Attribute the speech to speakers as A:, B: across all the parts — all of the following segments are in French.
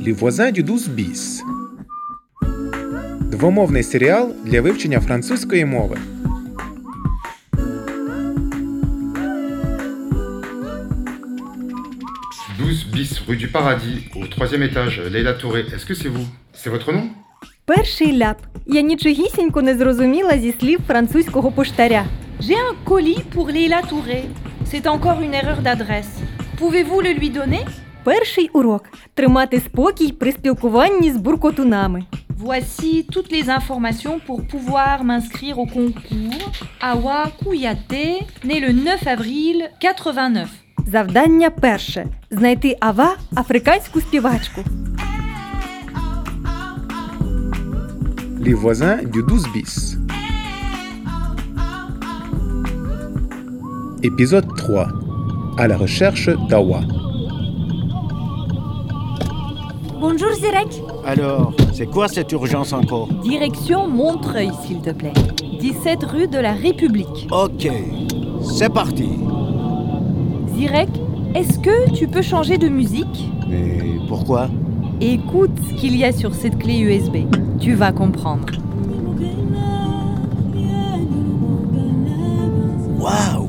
A: Les voisins du 12 bis. Двомовний серіал для вивчення французької мови.
B: « 12 bis rue du Paradis, au troisième étage, Leila Touré, est-ce que c'est vous C'est votre nom
C: Перший ляп. Я нічогісінько не зрозуміла зі слів французького поштаря.
D: J'ai un colis pour Leila Touré. C'est encore une erreur d'adresse. Pouvez-vous le lui donner
C: Перший урок тримати спокій при спілкуванні з буркотунами.
D: Voici toutes les informations pour pouvoir m'inscrire au concours. Awa Kouyate, né le 9 avril 89.
C: Завдання перше знайти ава африканську співачку.
A: Les voisins du 12 bis. Épisode 3. À la recherche d'Awa.
D: Bonjour Zirek.
E: Alors, c'est quoi cette urgence encore
D: Direction Montreuil, s'il te plaît. 17 rue de la République.
E: Ok, c'est parti.
D: Zirek, est-ce que tu peux changer de musique
E: Mais pourquoi
D: Écoute ce qu'il y a sur cette clé USB. Tu vas comprendre.
E: Waouh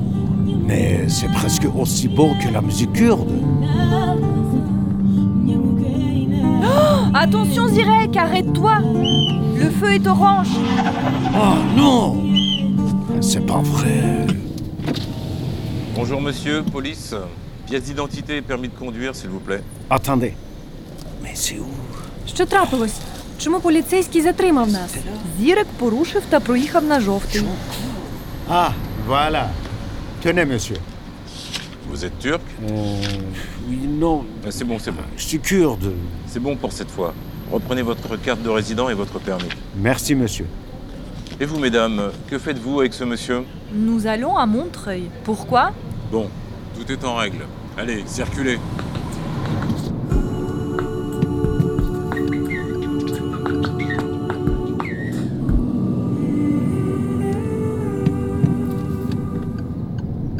E: Mais c'est presque aussi beau que la musique kurde.
D: Attention Zirek, arrête-toi Le feu est orange
E: Oh non C'est pas vrai.
F: Bonjour monsieur, police. Pièce d'identité et permis de conduire, s'il vous plaît.
E: Attendez. Mais c'est où
C: Що трапилось? Чому поліцейський затримав нас? Зірек порушив та проїхав на жовтий.
E: Ah, voilà. Tenez, monsieur.
F: Vous êtes turc
E: Oui, non,
F: Euh, C'est bon, c'est bon.
E: je suis kurde.
F: C'est bon pour cette fois. Reprenez votre carte de résident et votre permis.
E: Merci, monsieur.
F: Et vous, mesdames, que faites-vous avec ce monsieur
D: Nous allons à Montreuil. Pourquoi
F: Bon, tout est en règle. Allez, circulez.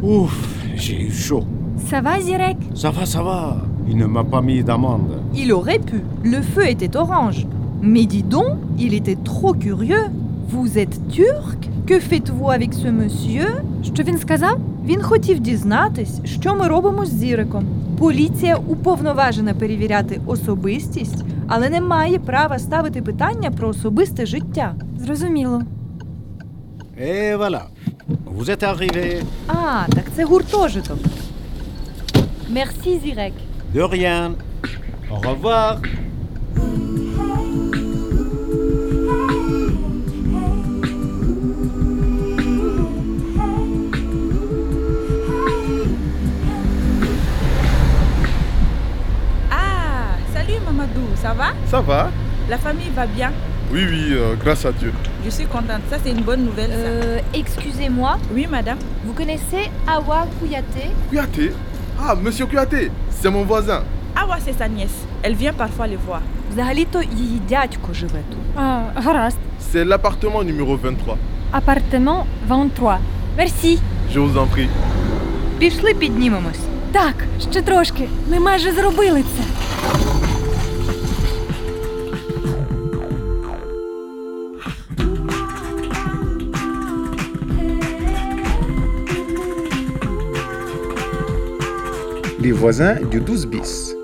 E: Ouf, j'ai eu chaud.
C: Сава зірек.
E: Ça va, ça va. Il ne m'a pas mis d'amende.
D: Il aurait pu. Le feu était orange. Mais dis donc, il était trop curieux. Vous êtes turc Que faites-vous avec ce monsieur
C: Що він сказав?
D: Він хотів дізнатись, що ми робимо з Зіреком. Поліція уповноважена перевіряти особистість, але не має права ставити питання про особисте життя.
C: Зрозуміло.
E: Et voilà. Vous êtes arrivé.
D: А, так це гуртожиток. Мерсі, Зірек.
E: De rien. Au revoir.
G: Ah, salut Mamadou, ça va
B: Ça va
G: La famille va bien
B: Oui, oui, euh, grâce à Dieu.
G: Je suis contente, ça c'est une bonne nouvelle. ça.
H: Euh.
D: Excusez-moi,
G: Oui madame,
D: vous connaissez Awa Kouyate
B: Kouyaté Ah, monsieur Kouyaté, c'est mon voisin.
G: Ah ouais, c'est sa nièce, elle vient parfois les voir.
D: Взагалі-то її дядько живе тут.
C: А, гаразд.
B: C'est l'appartement numéro 23.
C: Апартемент 23. Мерсі.
B: Je vous en prie.
D: Пішли піднімемось.
C: Так, ще трошки. Ми майже зробили це.
A: Les voisins du 12 bis.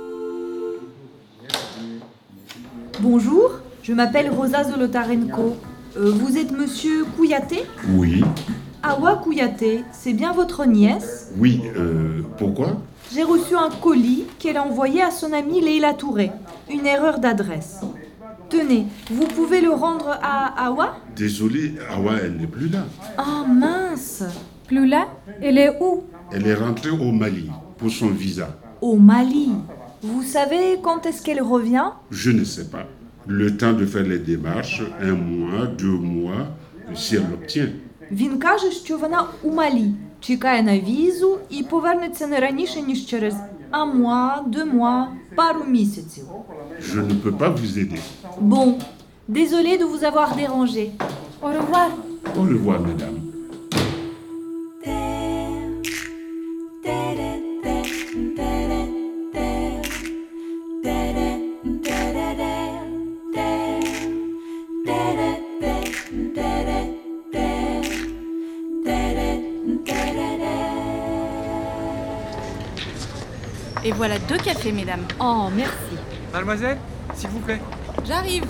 D: Bonjour, je m'appelle Rosa Zolotarenko. Euh, vous êtes monsieur Kouyate
I: Oui,
D: Awa Kouyate, c'est bien votre nièce
I: oui, euh, pourquoi
D: J'ai reçu un colis qu'elle a envoyé à son amie Leila Touré. Une erreur d'adresse. Tenez, vous pouvez le rendre à Awa
I: Désolé, Awa, elle n'est plus là.
D: Ah mince
C: Плюля еле у.
I: Elle est rentrée au Mali pour son visa.
D: Au Mali. Vous savez quand est-ce qu'elle revient
I: Je ne sais pas. Le temps de faire les démarches, un mois, deux mois, si elle l'obtient.
D: Він каже, що вона у Малі, чекає на візу і повернеться не раніше, ніж через амуа, демуа, пару місяців.
I: Je ne peux pas vous aider.
D: Bon, désolé de vous avoir dérangé.
C: Au revoir.
I: Au revoir, madame.
H: Da da da da da da da Et voilà deux cafés, mesdames.
C: О, мерсі.
J: Mademoiselle, s'il vous plaît.
H: J'arrive.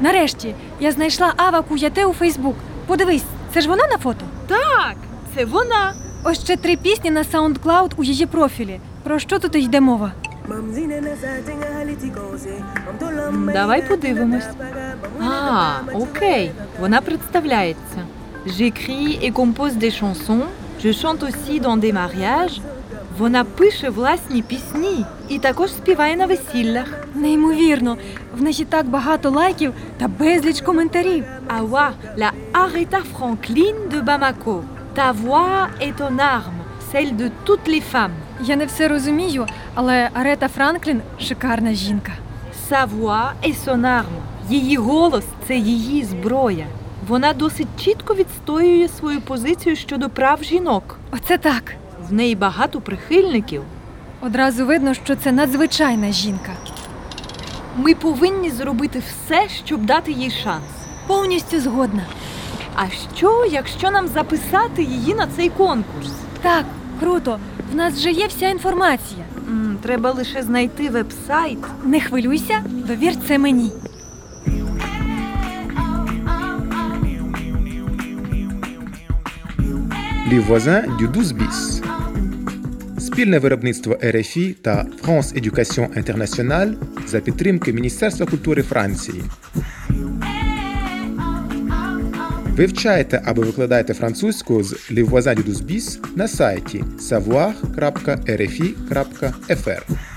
C: Нарешті я знайшла Ава Куяте у Фейсбук. Подивись, це ж вона на фото?
D: Так, це вона.
C: Ось ще три пісні на SoundCloud у її профілі. Про що тут йде мова?
D: Давай подивимось. А, окей. Вона представляється. J'écris et compose des chansons. Je chante aussi dans des mariages. Вона пише власні пісні і також співає на весіллях.
C: Неймовірно, в неї так багато лайків та безліч коментарів.
D: Awa, la Aretha Franklin de Bamako. Ta voix est ton arme, celle de toutes les femmes.
C: Я не все розумію, але Арета Франклін шикарна жінка.
D: Sa voix est son arme. Її голос це її зброя. Вона досить чітко відстоює свою позицію щодо прав жінок.
C: Оце так.
D: В неї багато прихильників.
C: Одразу видно, що це надзвичайна жінка.
D: Ми повинні зробити все, щоб дати їй шанс.
C: Повністю згодна.
D: А що, якщо нам записати її на цей конкурс?
C: Так, круто. В нас же є вся інформація.
D: М, треба лише знайти веб-сайт.
C: Не хвилюйся, довір це мені.
A: Les voisins du 12 bis. Спільне виробництво РФІ та France Education International за підтримки Міністерства культури Франції. Вивчайте або викладайте французьку з Les voisins du 12 bis на сайті savoir.rfi.fr.